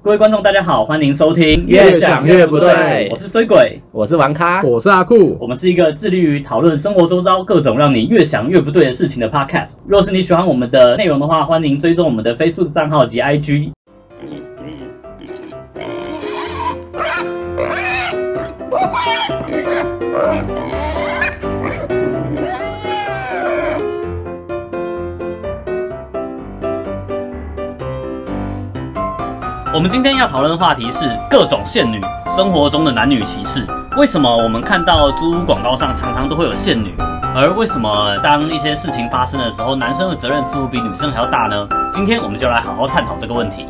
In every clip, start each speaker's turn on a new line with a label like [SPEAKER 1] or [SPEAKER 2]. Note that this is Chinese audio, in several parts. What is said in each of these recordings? [SPEAKER 1] 各位观众，大家好，欢迎收听，
[SPEAKER 2] 越想越不对
[SPEAKER 1] 我是衰鬼，
[SPEAKER 2] 我是王咖，
[SPEAKER 3] 我是阿酷，
[SPEAKER 1] 我们是一个致力于讨论生活周遭各种让你越想越不对的事情的 podcast。若是你喜欢我们的内容的话，欢迎追踪我们的 Facebook 账号及 IG。我们今天要讨论的话题是各种限女生活中的男女歧视。为什么我们看到租屋广告上常常都会有限女？而为什么当一些事情发生的时候，男生的责任似乎比女生还要大呢？今天我们就来好好探讨这个问题。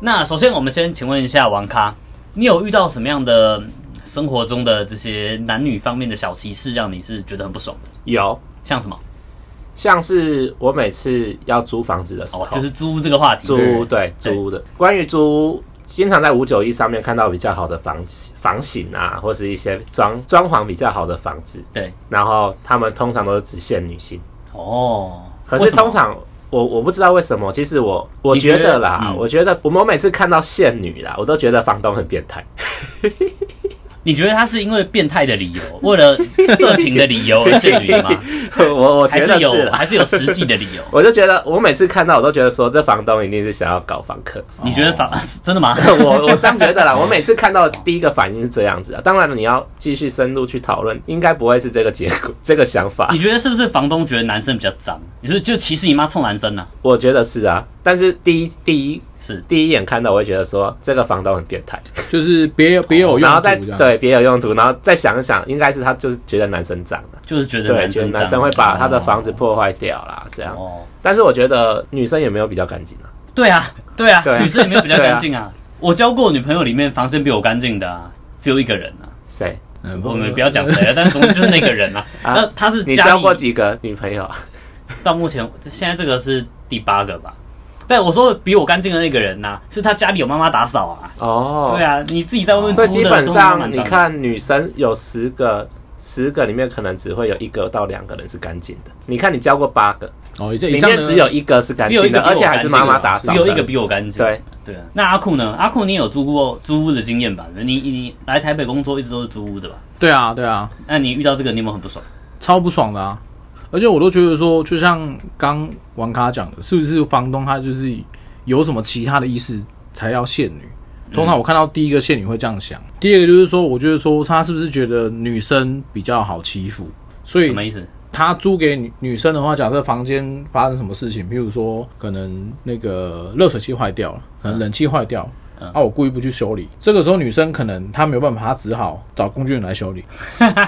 [SPEAKER 1] 那首先，我们先请问一下王咖，你有遇到什么样的嗯生活中的这些男女方面的小歧视，让你是觉得很不爽的？
[SPEAKER 2] 有
[SPEAKER 1] 像什么？
[SPEAKER 2] 像是我每次要租房子的时候，
[SPEAKER 1] 哦，就是租屋这个话题。
[SPEAKER 2] 租屋对租屋的。关于租屋，经常在五九一上面看到比较好的房子房型啊，或是一些装装潢比较好的房子，
[SPEAKER 1] 对，
[SPEAKER 2] 然后他们通常都只限女性。
[SPEAKER 1] 哦，
[SPEAKER 2] 可
[SPEAKER 1] 为
[SPEAKER 2] 是
[SPEAKER 1] 什么
[SPEAKER 2] 通常我我不知道为什么，其实我我
[SPEAKER 1] 你觉
[SPEAKER 2] 觉
[SPEAKER 1] 得
[SPEAKER 2] 得啦，
[SPEAKER 1] 嗯
[SPEAKER 2] 我觉得我我每次看到限女啦，我都觉得房东很变态。
[SPEAKER 1] 你觉得他是因为变态的理由， 为了色情的理由而限女 吗？
[SPEAKER 2] 我我
[SPEAKER 1] 还
[SPEAKER 2] 觉得
[SPEAKER 1] 是
[SPEAKER 2] 是
[SPEAKER 1] 有
[SPEAKER 2] 啦。
[SPEAKER 1] 还是有实际的理由？
[SPEAKER 2] 我就觉得，我每次看到，我都觉得说，这房东一定是想要搞房客。
[SPEAKER 1] 你觉得反
[SPEAKER 2] 哦
[SPEAKER 1] 真的吗？
[SPEAKER 2] 我我这样觉得啦，我每次看到第一个反应是这样子啊。当然了，你要继续深入去讨论，应该不会是这个结果， 这个想法
[SPEAKER 1] 你，觉得是不是房东觉得男生比较脏？你是不是就歧视你妈冲男生呢、
[SPEAKER 2] 我觉得是啊。但是第一第一
[SPEAKER 1] 是
[SPEAKER 2] 第一眼看到，我会觉得说这个房东很变态，
[SPEAKER 3] 就是别有别有用
[SPEAKER 2] 哦然后
[SPEAKER 3] 途
[SPEAKER 2] 再
[SPEAKER 3] 这样。
[SPEAKER 2] 对别有用途，然后再想一想，应该是他就是觉得男生脏了，
[SPEAKER 1] 就是觉得
[SPEAKER 2] 对，
[SPEAKER 1] 男
[SPEAKER 2] 觉得
[SPEAKER 1] 生
[SPEAKER 2] 男
[SPEAKER 1] 脏
[SPEAKER 2] 生会把他的房子破坏掉啦，这样。
[SPEAKER 1] 哦，
[SPEAKER 2] 但是我觉得女生也没有比较干净啊，
[SPEAKER 1] 对啊，对啊，
[SPEAKER 2] 对啊
[SPEAKER 1] 女生也没有比较干净啊。我交过女朋友里面房间比我干净的啊，只有一个人啊。
[SPEAKER 2] 谁？
[SPEAKER 3] 嗯
[SPEAKER 1] 我们不要讲 谁了，啊但总之就是那个人啊。
[SPEAKER 2] 啊
[SPEAKER 1] 那他是
[SPEAKER 2] 你
[SPEAKER 1] 家
[SPEAKER 2] 交
[SPEAKER 1] 里
[SPEAKER 2] 过几个女朋友？啊
[SPEAKER 1] 到目前现在这个是第八个吧？但我说比我干净的那个人呐、是他家里有妈妈打扫啊。
[SPEAKER 2] 哦，
[SPEAKER 1] 对啊，你自己在外面租
[SPEAKER 2] 所
[SPEAKER 1] 的
[SPEAKER 2] 以基本
[SPEAKER 1] 都慢慢
[SPEAKER 2] 上，你
[SPEAKER 1] 长
[SPEAKER 2] 看女生有十个，十个里面可能只会有一个到两个人是干净的。你看你教过八个，
[SPEAKER 3] 哦，你这
[SPEAKER 2] 里
[SPEAKER 3] 你这样
[SPEAKER 2] 面
[SPEAKER 3] 呢
[SPEAKER 2] 只有一个是干
[SPEAKER 1] 只有一
[SPEAKER 2] 净
[SPEAKER 1] 个
[SPEAKER 2] 的，
[SPEAKER 1] 比我
[SPEAKER 2] 而且还是妈妈打扫
[SPEAKER 1] 只
[SPEAKER 2] 的。
[SPEAKER 1] 有一个比我干净。
[SPEAKER 2] 对，
[SPEAKER 1] 对啊，那阿酷呢？阿酷，你有租过租屋的经验吧？你你你来台北工作一直都是租屋的吧？
[SPEAKER 3] 对啊对啊，
[SPEAKER 1] 那你遇到这个，你有没有很不爽？
[SPEAKER 3] 超不爽的啊！而且我都觉得说，就像刚王卡讲的，是不是房东他就是有什么其他的意思才要限女？
[SPEAKER 2] 嗯
[SPEAKER 3] 通常我看到第一个限女会这样想，第二个就是说，我觉得说他是不是觉得女生比较好欺负，所以
[SPEAKER 1] 什么意思？
[SPEAKER 3] 他租给女女生的话，假设房间发生什么事情，譬如说可能那个热水器坏掉了，可能冷气坏掉了，
[SPEAKER 1] 嗯
[SPEAKER 3] 啊，我故意不去修理，这个时候女生可能她没有办法，她只好找工具人来修 理。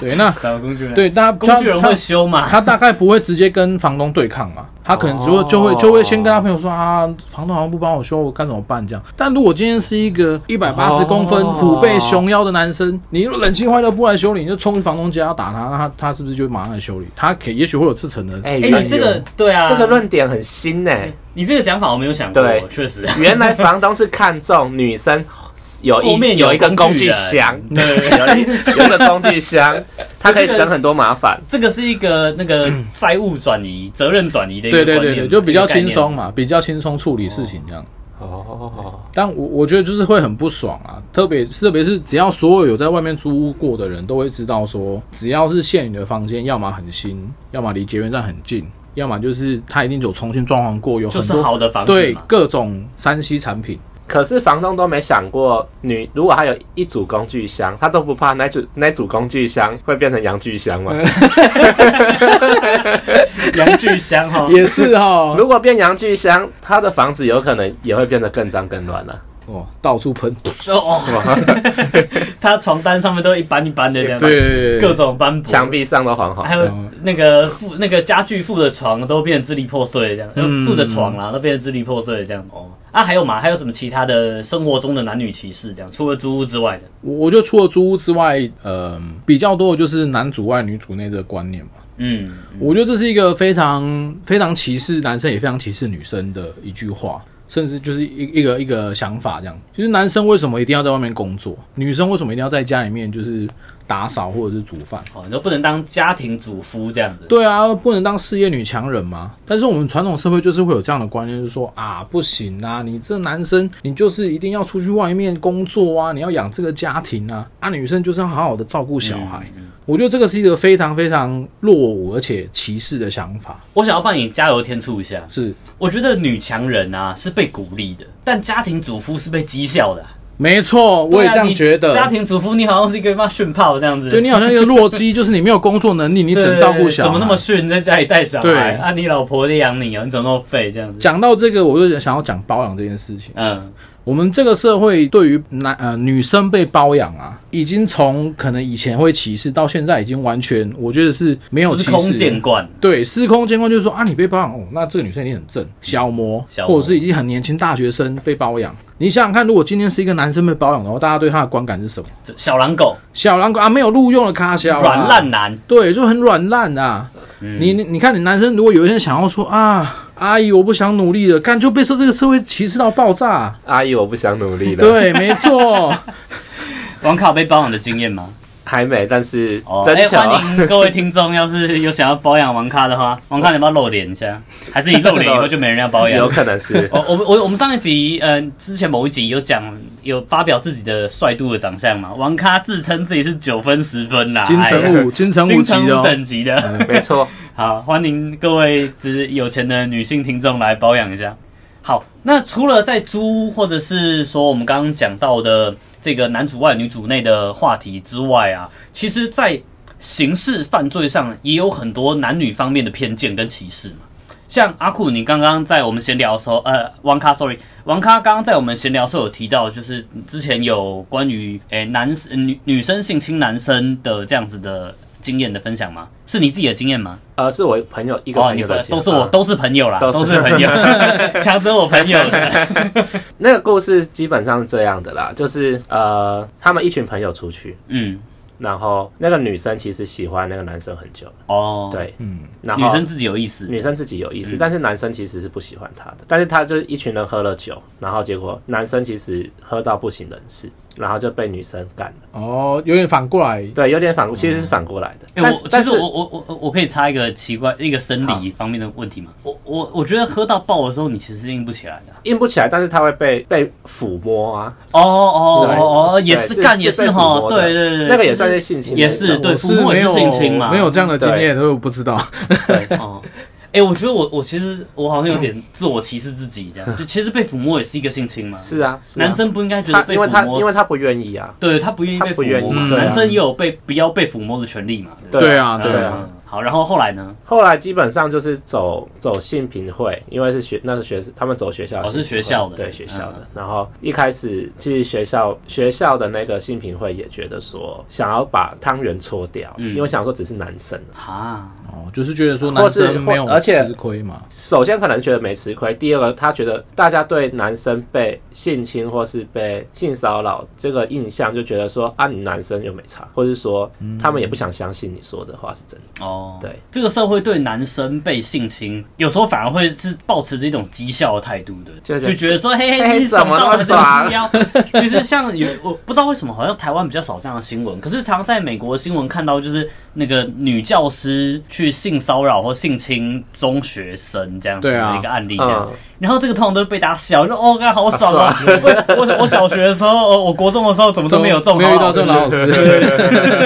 [SPEAKER 3] 对，那
[SPEAKER 1] 找工具人，
[SPEAKER 3] 对，那
[SPEAKER 1] 工具人会修嘛？
[SPEAKER 3] 他大概不会直接跟房东对抗嘛，他可能只会就
[SPEAKER 1] 哦
[SPEAKER 3] 会就会先跟他朋友说啊，房东好像不帮我修，我该怎么办这样。但如果今天是一个一百八十公分、
[SPEAKER 2] 哦
[SPEAKER 3] 虎背熊腰的男生，你如果冷气坏了不来修理，你就冲去房东家要打他，那他他是不是就马上来修理？他可也许会有自成的。
[SPEAKER 2] 哎、
[SPEAKER 1] 哎，
[SPEAKER 2] 原来
[SPEAKER 1] 你这个对啊，
[SPEAKER 2] 这个论点很新呢、
[SPEAKER 1] 你这个讲法我没有想过
[SPEAKER 2] 对，
[SPEAKER 1] 确实。
[SPEAKER 2] 原来房东是看中女生有
[SPEAKER 1] 后面
[SPEAKER 2] 一
[SPEAKER 1] 有
[SPEAKER 2] 一个
[SPEAKER 1] 工
[SPEAKER 2] 工
[SPEAKER 1] 具
[SPEAKER 2] 具
[SPEAKER 1] 人
[SPEAKER 2] 箱，
[SPEAKER 1] 对
[SPEAKER 2] 有一有一个工 具箱，它可以省很多麻烦。
[SPEAKER 1] 这个是一个那 个债务转移、责任转移的一个
[SPEAKER 3] 对对
[SPEAKER 1] 观
[SPEAKER 3] 对
[SPEAKER 1] 念
[SPEAKER 3] 对，就比较
[SPEAKER 1] 一
[SPEAKER 3] 轻松。
[SPEAKER 1] 个概念
[SPEAKER 3] 嘛，比较轻松处理事情这样。
[SPEAKER 2] 哦，
[SPEAKER 3] 但我我觉得就是会很不爽啊，特别特别是只要所有有在外面租屋过的人都会知道说，只要是现有的房间，要么很新，要么离捷运站很近，要么就是他一定有重新装潢过，有
[SPEAKER 1] 就
[SPEAKER 3] 很
[SPEAKER 1] 是
[SPEAKER 3] 多
[SPEAKER 1] 好的房子
[SPEAKER 3] 对
[SPEAKER 1] 嘛。
[SPEAKER 3] 各种山西产品。
[SPEAKER 2] 可是房东都没想过女，如果他有一组工具箱，他都不怕那组那组工具箱会变成洋具 箱吗？
[SPEAKER 1] 洋具箱 哈，
[SPEAKER 3] 也 是哦，
[SPEAKER 2] 如果变洋具箱，他的房子有可能也会变得更脏更乱 啊了、
[SPEAKER 3] 哦，到处喷，
[SPEAKER 1] 哦哦，他床单上面都一般一般的这样，
[SPEAKER 3] 对，
[SPEAKER 1] 各种斑驳，
[SPEAKER 2] 墙壁上都黄黄
[SPEAKER 1] 还。有那个附那个家具附的床都变得支离破碎这样，
[SPEAKER 3] 嗯
[SPEAKER 1] 附的床啦都变得支离破碎这样哦。啊，还有嘛？还有什么其他的生活中的男女歧视这样？除了租屋之外的，
[SPEAKER 3] 我我就除了租屋之外，呃，比较多的就是男主外女主内这个观念嘛。
[SPEAKER 1] 嗯，
[SPEAKER 3] 我觉得这是一个非常非常歧视男生，也非常歧视女生的一句话。甚至就是一一个一个想法这样。就是男生为什么一定要在外面工作，女生为什么一定要在家里面就是打扫或者是煮饭？
[SPEAKER 1] 哦，你就不能当家庭主夫这样子。
[SPEAKER 3] 对啊，不能当事业女强人嘛。但是我们传统社会就是会有这样的观念，就是说啊，不行啊，你这男生你就是一定要出去外面工作啊，你要养这个家庭啊，啊，女生就是要好好的照顾
[SPEAKER 1] 嗯
[SPEAKER 3] 小孩。我觉得这个是一个非常非常落伍而且歧视的想法，
[SPEAKER 1] 我想要帮你加油添醋一下，
[SPEAKER 3] 是
[SPEAKER 1] 我觉得女强人啊是被鼓励的，但家庭主夫是被讥笑的啊、
[SPEAKER 3] 没错，我
[SPEAKER 1] 对
[SPEAKER 3] 也
[SPEAKER 1] 啊
[SPEAKER 3] 这样觉得。
[SPEAKER 1] 你家庭主夫，你好像是一个妈训炮这样子。
[SPEAKER 3] 对你好像一个弱鸡，就是你没有工作 能力，你只
[SPEAKER 1] 对
[SPEAKER 3] 能照顾小孩。
[SPEAKER 1] 怎么那么逊，在家里带小
[SPEAKER 3] 对
[SPEAKER 1] 孩啊？你老婆在养你哦，你怎么那么废这样子？
[SPEAKER 3] 讲到这个，我就想要讲包养这件事情。
[SPEAKER 1] 嗯，
[SPEAKER 3] 我们这个社会对于男呃女生被包养啊，已经从可能以前会歧视，到现在已经完全，我觉得是没有
[SPEAKER 1] 司
[SPEAKER 3] 歧
[SPEAKER 1] 空见
[SPEAKER 3] 视。
[SPEAKER 1] 惯，
[SPEAKER 3] 对，司空见惯就是说啊，你被包养哦，那这个女生一定很正，小模，
[SPEAKER 1] 小模
[SPEAKER 3] 或者是已经很年轻大学生被包养。你想想看，如果今天是一个男生被包养的话，大家对他的观感是什么？
[SPEAKER 1] 这小狼狗，
[SPEAKER 3] 小狼狗啊，没有录用的咖小、啊，
[SPEAKER 1] 软烂男。
[SPEAKER 3] 对，就很软烂啊。
[SPEAKER 1] 嗯
[SPEAKER 3] 你你你看，你男生如果有一天想要说啊，阿姨我不想努力了，干就被受这个社会歧视到爆炸、
[SPEAKER 2] 阿姨，我不想努力了。，
[SPEAKER 3] 对，没 错，
[SPEAKER 1] 王卡有被包养的经验吗？
[SPEAKER 2] 还没，但是
[SPEAKER 1] 哦，
[SPEAKER 2] 真
[SPEAKER 1] 哎
[SPEAKER 2] 巧啊，
[SPEAKER 1] 欢迎各位听众，要是有想要包养王卡的 话，王卡你要不要露脸一下？还是你露脸以后就没人要包养？
[SPEAKER 2] 有可能是
[SPEAKER 1] 哦，我们我我们上一集，嗯、之前某一集有讲，有发表自己的帅度的长相嘛。王咖自称自己是九分十分啦，
[SPEAKER 3] 金
[SPEAKER 1] 哎
[SPEAKER 3] 城
[SPEAKER 1] 呀
[SPEAKER 3] 武，金城武
[SPEAKER 1] 金
[SPEAKER 3] 级
[SPEAKER 1] 城
[SPEAKER 3] 的、
[SPEAKER 1] 武
[SPEAKER 3] 哦，
[SPEAKER 1] 等级的。
[SPEAKER 2] 没错。
[SPEAKER 1] 好，欢迎各位就是有钱的女性听众来包养一下。好，那除了在租或者是说我们刚刚讲到的这个男主外女主内的话题之外啊，其实，在刑事犯罪上也有很多男女方面的偏见跟歧视嘛。像阿酷，你刚刚在我们闲聊的时候，呃，王咖，sorry，王咖刚刚在我们闲聊的时候有提到，就是之前有关于诶、男呃女女生性侵男生的这样子的经验的分享吗？是你自己的经验吗？
[SPEAKER 2] 呃，是我朋友一个
[SPEAKER 1] 哦，
[SPEAKER 2] 朋
[SPEAKER 1] 你
[SPEAKER 2] 友
[SPEAKER 1] 不
[SPEAKER 2] 的啊
[SPEAKER 1] 都
[SPEAKER 2] 情
[SPEAKER 1] 是我
[SPEAKER 2] 况
[SPEAKER 1] 都是朋友啦，
[SPEAKER 2] 都是
[SPEAKER 1] 都是 朋友，强者我朋友的，
[SPEAKER 2] 那个故事基本上是这样的啦，就是呃，他们一群朋友出去，
[SPEAKER 1] 嗯，
[SPEAKER 2] 然后那个女生其实喜欢那个男生很久，
[SPEAKER 1] 哦，，
[SPEAKER 2] 对，
[SPEAKER 3] 嗯，
[SPEAKER 2] 然
[SPEAKER 1] 女
[SPEAKER 2] 后
[SPEAKER 1] 生自己有意思，
[SPEAKER 2] 女生自己有意
[SPEAKER 1] 嗯
[SPEAKER 2] 思，但是男生其实是不喜欢她的，但是她就一群人喝了酒，然后结果男生其实喝到不省人事，然后就被女生干了，
[SPEAKER 3] 哦，有点反过来，
[SPEAKER 2] 对，有点反，其实是反过来的，
[SPEAKER 1] 嗯哎、
[SPEAKER 2] 但是
[SPEAKER 1] 我其
[SPEAKER 2] 但
[SPEAKER 1] 实
[SPEAKER 2] 是
[SPEAKER 1] 我我我我我可以插一个奇怪一个生理方面的问题吗？我我我觉得喝到爆的时候，你其实是硬不起来的。
[SPEAKER 2] 硬不起来，但是他会被被抚摸啊，
[SPEAKER 1] 哦哦
[SPEAKER 2] 对
[SPEAKER 1] 哦哦，也
[SPEAKER 2] 对
[SPEAKER 1] 是干
[SPEAKER 2] 是
[SPEAKER 1] 也
[SPEAKER 2] 被
[SPEAKER 1] 是
[SPEAKER 2] 抚
[SPEAKER 1] 哈，
[SPEAKER 2] 摸的
[SPEAKER 1] 对对对，
[SPEAKER 2] 那个也算是性侵的
[SPEAKER 1] 也
[SPEAKER 2] 一种，
[SPEAKER 1] 是对，
[SPEAKER 3] 我
[SPEAKER 1] 抚
[SPEAKER 3] 是
[SPEAKER 1] 摸
[SPEAKER 3] 没
[SPEAKER 1] 也是
[SPEAKER 3] 有
[SPEAKER 1] 性侵嘛，
[SPEAKER 3] 没有这样的经
[SPEAKER 2] 对
[SPEAKER 3] 验，所以我不知道。
[SPEAKER 2] 对，
[SPEAKER 1] 哦。哎、我觉得我我其实我好像有点自我歧视自己这样，就其实被抚摸也是一个性侵嘛。
[SPEAKER 2] 是啊，是啊
[SPEAKER 1] 男生不应该觉得
[SPEAKER 2] 他
[SPEAKER 1] 被
[SPEAKER 2] 因为
[SPEAKER 1] 抚
[SPEAKER 2] 他
[SPEAKER 1] 摸
[SPEAKER 2] 因为他不愿意啊，
[SPEAKER 1] 对他不愿意被
[SPEAKER 2] 他不
[SPEAKER 1] 抚
[SPEAKER 2] 愿
[SPEAKER 1] 摸
[SPEAKER 2] 意
[SPEAKER 1] 嘛，
[SPEAKER 3] 对啊
[SPEAKER 1] 男生也有被不要被抚摸的权利嘛。不
[SPEAKER 3] 对啊对
[SPEAKER 2] 啊。
[SPEAKER 1] 嗯好，然后后来呢？
[SPEAKER 2] 后来基本上就是走走性平会，因为是学那是学他们走学校的
[SPEAKER 1] 哦是
[SPEAKER 2] 性平
[SPEAKER 1] 学
[SPEAKER 2] 会、
[SPEAKER 1] 校的
[SPEAKER 2] 对学校的。
[SPEAKER 1] 嗯
[SPEAKER 2] 然后一开始其实学校学校的那个性平会也觉得说想要把汤圆搓掉，
[SPEAKER 1] 嗯
[SPEAKER 2] 因为想说只是男生。
[SPEAKER 1] 啊，
[SPEAKER 3] 哦，就是觉得说
[SPEAKER 2] 或
[SPEAKER 3] 男
[SPEAKER 2] 是
[SPEAKER 3] 生没有
[SPEAKER 2] 或而且
[SPEAKER 3] 吃亏嘛，
[SPEAKER 2] 首先可能觉得没吃亏，第二个他觉得大家对男生被性侵或是被性骚扰这个印象就觉得说啊你男生又没差，或是说
[SPEAKER 1] 嗯
[SPEAKER 2] 他们也不想相信你说的话是真的。
[SPEAKER 1] 哦，
[SPEAKER 2] 对，
[SPEAKER 1] 这个社会对男生被性侵，有时候反而会是抱持着一种讥笑的态度的，
[SPEAKER 2] 就
[SPEAKER 1] 就
[SPEAKER 2] 就
[SPEAKER 1] 觉得说，嘿
[SPEAKER 2] 嘿
[SPEAKER 1] 嘿，你
[SPEAKER 2] 怎么
[SPEAKER 1] 到
[SPEAKER 2] 那么
[SPEAKER 1] 了这
[SPEAKER 2] 爽
[SPEAKER 1] 个目标。其实像有，我不知道为什么，好像台湾比较少这样的新闻，可是常在美国新闻看到，就是那个女教师去性骚扰或性侵中学生这样子
[SPEAKER 3] 对啊
[SPEAKER 1] 的一个案例，这样
[SPEAKER 2] 嗯。
[SPEAKER 1] 然后这个通常都会被大家笑，说哦，干好爽啊
[SPEAKER 2] 好！
[SPEAKER 1] 我我我小学的时候，哦我国中的时候，怎么都没有这种
[SPEAKER 3] 没有遇到
[SPEAKER 1] 老
[SPEAKER 3] 这
[SPEAKER 1] 师
[SPEAKER 3] 种老师，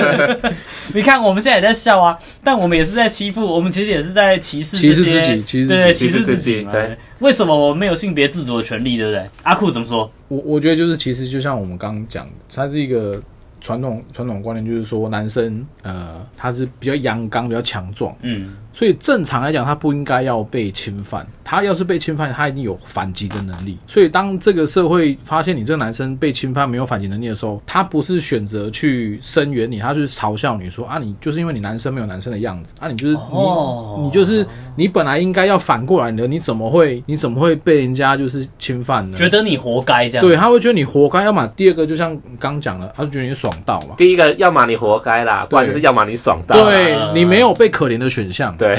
[SPEAKER 1] 你看，我们现在也在笑啊，但我们也是在欺负，我们其实也是在歧视这些
[SPEAKER 3] 歧视自己歧视自己
[SPEAKER 1] 对
[SPEAKER 2] 歧视
[SPEAKER 1] 视
[SPEAKER 2] 自己
[SPEAKER 1] 己嘛。
[SPEAKER 2] 对
[SPEAKER 1] 对为什么我们没有性别自主的权利，对不对？阿酷怎么说？
[SPEAKER 3] 我我觉得就是其实就像我们刚刚讲的，它是一个传统传统观念，就是说男生呃他是比较阳刚、比较强壮，
[SPEAKER 1] 嗯，
[SPEAKER 3] 所以正常来讲他不应该要被侵犯。他要是被侵犯，他一定有反击的能力。所以当这个社会发现你这个男生被侵犯没有反击能力的时候，他不是选择去声援你，他是嘲笑你说啊你就是因为你男生没有男生的样子啊你就是你、
[SPEAKER 1] 哦
[SPEAKER 3] 你就是你本来应该要反过来的，你怎么会你怎么会被人家就是侵犯呢？
[SPEAKER 1] 觉得你活该这样。
[SPEAKER 3] 啊对，他会觉得你活该。要么第二个，就像刚讲了，他就觉得你耍爽到嘛。
[SPEAKER 2] 第一个，要么你活该啦，不然就是要么你爽到啦。
[SPEAKER 1] 啊
[SPEAKER 3] 对你没有被可怜的选项，
[SPEAKER 2] 对，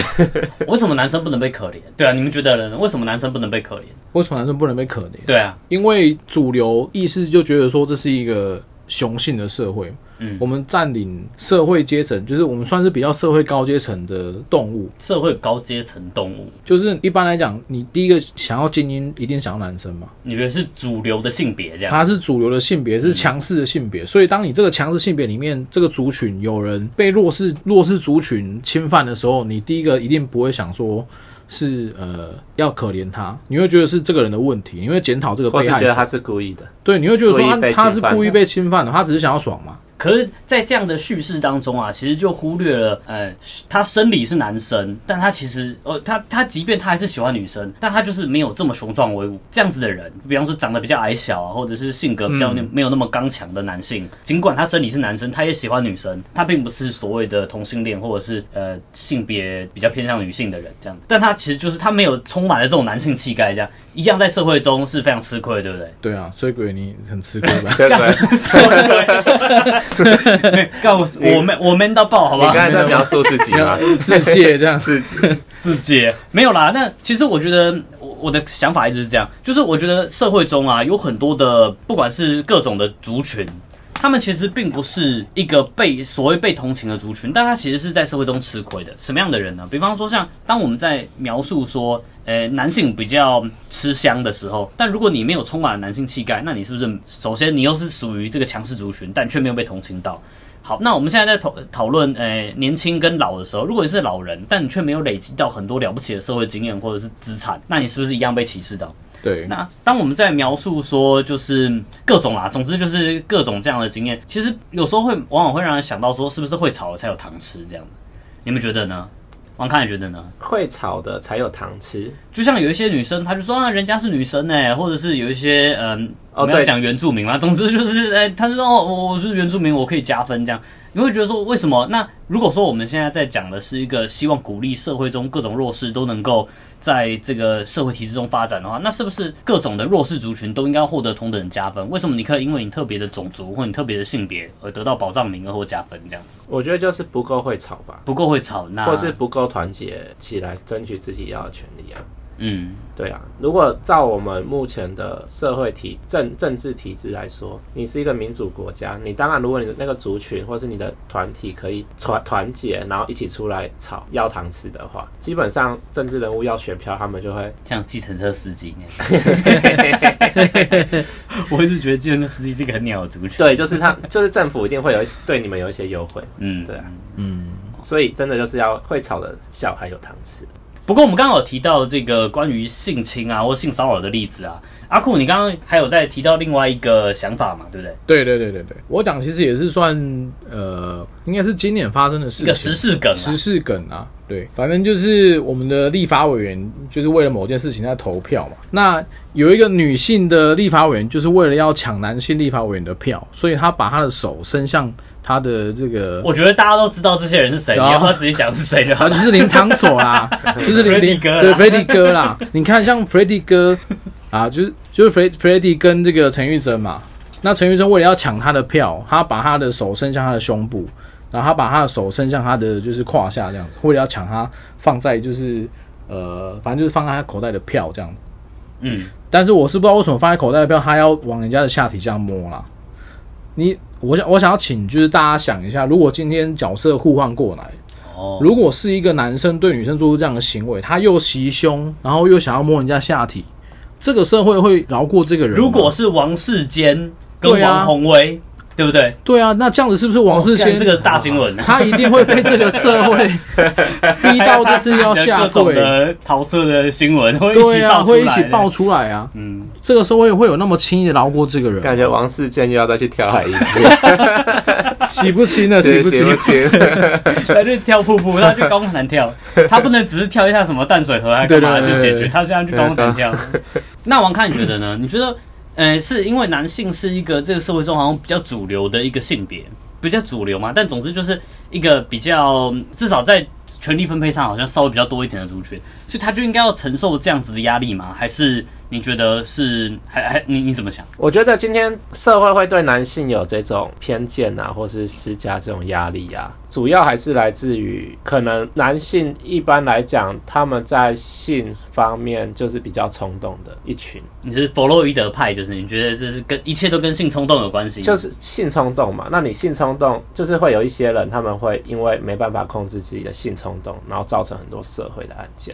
[SPEAKER 1] 为什么男生不能被可怜？对啊，你们觉得呢？为什么男生不能被可怜？
[SPEAKER 3] 为什么男生不能被可怜？
[SPEAKER 1] 对啊，
[SPEAKER 3] 因为主流意识就觉得说这是一个雄性的社会，
[SPEAKER 1] 嗯
[SPEAKER 3] 我，们占领社会阶层，就是我们算是比较社会高阶层的动物。
[SPEAKER 1] 社会高阶层动物，
[SPEAKER 3] 就是一般来讲，你第一个想要精英，一定想要男生嘛，
[SPEAKER 1] 你觉得是主流的性别这样？
[SPEAKER 3] 他是主流的性别，是强势的性别，所以当你这个强势性别里面这个族群有人被弱势弱势族群侵犯的时候，你第一个一定不会想说是呃要可怜他，你会觉得是这个人的问题，你会检讨这个
[SPEAKER 2] 或
[SPEAKER 3] 被
[SPEAKER 2] 是
[SPEAKER 3] 害
[SPEAKER 2] 觉得
[SPEAKER 3] 者，
[SPEAKER 2] 他是故意的。
[SPEAKER 3] 对，你会觉得说
[SPEAKER 2] 故意被
[SPEAKER 3] 他他
[SPEAKER 2] 侵
[SPEAKER 3] 是
[SPEAKER 2] 犯
[SPEAKER 3] 故意
[SPEAKER 2] 的？
[SPEAKER 3] 被侵犯的，他只是想要爽嘛，
[SPEAKER 1] 可是，在这样的叙事当中啊，其实就忽略了，呃，他生理是男生，但他其实，呃，他他即便他还是喜欢女生，但他就是没有这么雄壮威武这样子的人。比方说长得比较矮小啊，或者是性格比较
[SPEAKER 3] 嗯
[SPEAKER 1] 没有那么刚强的男性，尽管他生理是男生，他也喜欢女生，他并不是所谓的同性恋或者是呃性别比较偏向女性的人这样，但他其实就是他没有充满了这种男性气概，这样一样在社会中是非常吃亏，对不对？
[SPEAKER 3] 对啊，所以鬼你很吃亏吧
[SPEAKER 2] 对不对？
[SPEAKER 1] 干我我们我 man 到爆，好
[SPEAKER 2] 你刚
[SPEAKER 1] 吧？
[SPEAKER 2] 才在描述自己吗？
[SPEAKER 3] 世界这 样子，
[SPEAKER 2] 自己
[SPEAKER 1] 自己没有啦。那其实我觉得我我的想法一直是这样，就是我觉得社会中啊有很多的，不管是各种的族群。他们其实并不是一个被所谓被同情的族群，但他其实是在社会中吃亏的。什么样的人呢？比方说，像当我们在描述说，呃，男性比较吃香的时候，但如果你没有充满了男性气概，那你是不是首先你又是属于这个强势族群，但却没有被同情到？好，那我们现在在讨讨论，呃，年轻跟老的时候，如果你是老人，但你却没有累积到很多了不起的社会经验或者是资产，那你是不是一样被歧视到？
[SPEAKER 3] 对，
[SPEAKER 1] 那当我们在描述说，就是各种啦，总之就是各种这样的经验，其实有时候会往往会让人想到说，是不是会吵了才有糖吃这样的？你们觉得呢？王康也觉得呢？
[SPEAKER 2] 会吵的才有糖吃。
[SPEAKER 1] 就像有一些女生，她就说啊，人家是女生呢、或者是有一些嗯，
[SPEAKER 2] 哦
[SPEAKER 1] 我们要
[SPEAKER 2] 对
[SPEAKER 1] 讲原住民嘛，总之就是，哎、她就说哦，我我是原住民，我可以加分这样。你会觉得说，为什么？那如果说我们现在在讲的是一个希望鼓励社会中各种弱势都能够在这个社会体制中发展的话，那是不是各种的弱势族群都应该获得同等的加分？为什么你可以因为你特别的种族或你特别的性别而得到保障名额或加分这样子？
[SPEAKER 2] 我觉得就是不够会吵吧，
[SPEAKER 1] 不够会吵，
[SPEAKER 3] 啊
[SPEAKER 1] 那
[SPEAKER 2] 或是不够团结起来争取自己要的权利啊。
[SPEAKER 1] 嗯
[SPEAKER 2] 对啊，如果照我们目前的社会体政政治体制来说，你是一个民主国家，你当然如果你的那个族群或是你的团体可以团团结，然后一起出来吵要糖吃的话，基本上政治人物要选票，他们就会
[SPEAKER 1] 像计程车司机那 样。我一直觉得计程车司机是一个很鸟的族群。
[SPEAKER 2] 对，就是他就是政府一定会有一些对你们有一些优惠，
[SPEAKER 1] 嗯，
[SPEAKER 2] 对啊
[SPEAKER 3] 嗯，
[SPEAKER 2] 所以真的就是要会吵的小孩有糖吃。
[SPEAKER 1] 不过我们刚刚有提到这个关于性侵啊或性骚扰的例子啊，阿酷，你刚刚还有在提到另外一个想法嘛，对不对？
[SPEAKER 3] 对对对对对，我讲其实也是算呃，应该是今年发生的事
[SPEAKER 1] 一个
[SPEAKER 3] 情，
[SPEAKER 1] 时事梗啊
[SPEAKER 3] 时，事梗啊，对，反正就是我们的立法委员就是为了某件事情在投票嘛。那有一个女性的立法委员，就是为了要抢男性立法委员的票，所以她把她的手伸向她的这个，
[SPEAKER 1] 我觉得大家都知道这些人是谁，你
[SPEAKER 3] 然后
[SPEAKER 1] 要不要直接讲是谁就好
[SPEAKER 3] 啊，就
[SPEAKER 1] 了？
[SPEAKER 3] 是林长佐 啦，就是林
[SPEAKER 1] Freddy
[SPEAKER 3] 林
[SPEAKER 1] 哥啦
[SPEAKER 3] 对 Freddy 哥啦。你看，像 Freddy 哥啊，就是就是 Fred Freddy 跟这个陈玉珍嘛。那陈玉珍为了要抢他的票，他把他的手伸向他的胸部，然后他把他的手伸向他的就是胯下这样子，为了要抢他放在就是呃，反正就是放在他口袋的票这样子。
[SPEAKER 1] 嗯，
[SPEAKER 3] 但是我是不知道为什么放在口袋的票，他要往人家的下体这样摸啦。你，我想我想要请就是大家想一下，如果今天角色互换过来，
[SPEAKER 1] 哦，
[SPEAKER 3] 如果是一个男生对女生做出这样的行为，他又袭胸，然后又想要摸人家下体，这个社会会饶过这个人吗？
[SPEAKER 1] 如果是王世坚跟
[SPEAKER 3] 对啊
[SPEAKER 1] 王宏威，对不对？
[SPEAKER 3] 对啊，那这样子是不是王世
[SPEAKER 1] 哦
[SPEAKER 3] 坚、
[SPEAKER 1] 干这个大新闻啊
[SPEAKER 3] 他一定会被这个社会逼到就是要下
[SPEAKER 1] 各种
[SPEAKER 3] 跪？
[SPEAKER 1] 的桃色的新闻会一起
[SPEAKER 3] 对啊，
[SPEAKER 1] 爆出来，
[SPEAKER 3] 会一起爆。出来啊！
[SPEAKER 1] 嗯，
[SPEAKER 3] 这个社会会有那么轻易的饶过这个人？
[SPEAKER 2] 感觉王世坚又要再去跳海一 次，
[SPEAKER 3] 洗不清 的，洗不清
[SPEAKER 2] 不。清？
[SPEAKER 1] 他就跳瀑布，他去高空弹 跳，他不能只是跳一下什么淡水河还干嘛
[SPEAKER 3] 对对
[SPEAKER 1] 就
[SPEAKER 3] 对
[SPEAKER 1] 解
[SPEAKER 3] 对
[SPEAKER 1] 决，
[SPEAKER 3] 对
[SPEAKER 1] 他现在去高空弹跳。 那王看你觉得呢？你觉得，呃，是因为男性是一个这个社会中好像比较主流的一个性别，比较主流嘛？但总之就是一个比较，至少在权力分配上好像稍微比较多一点的族群，所以他就应该要承受这样子的压力吗？还是你觉得是还还你你怎么想？
[SPEAKER 2] 我觉得今天社会会对男性有这种偏见啊，或是施加这种压力啊，主要还是来自于可能男性一般来讲，他们在性方面就是比较冲动的一群，
[SPEAKER 1] 你是弗洛伊德派，就是你觉得这是跟一切都跟性冲动有关系？
[SPEAKER 2] 就是性冲动嘛。那你性冲动，就是会有一些人，他们会因为没办法控制自己的性冲动，然后造成很多社会的案件，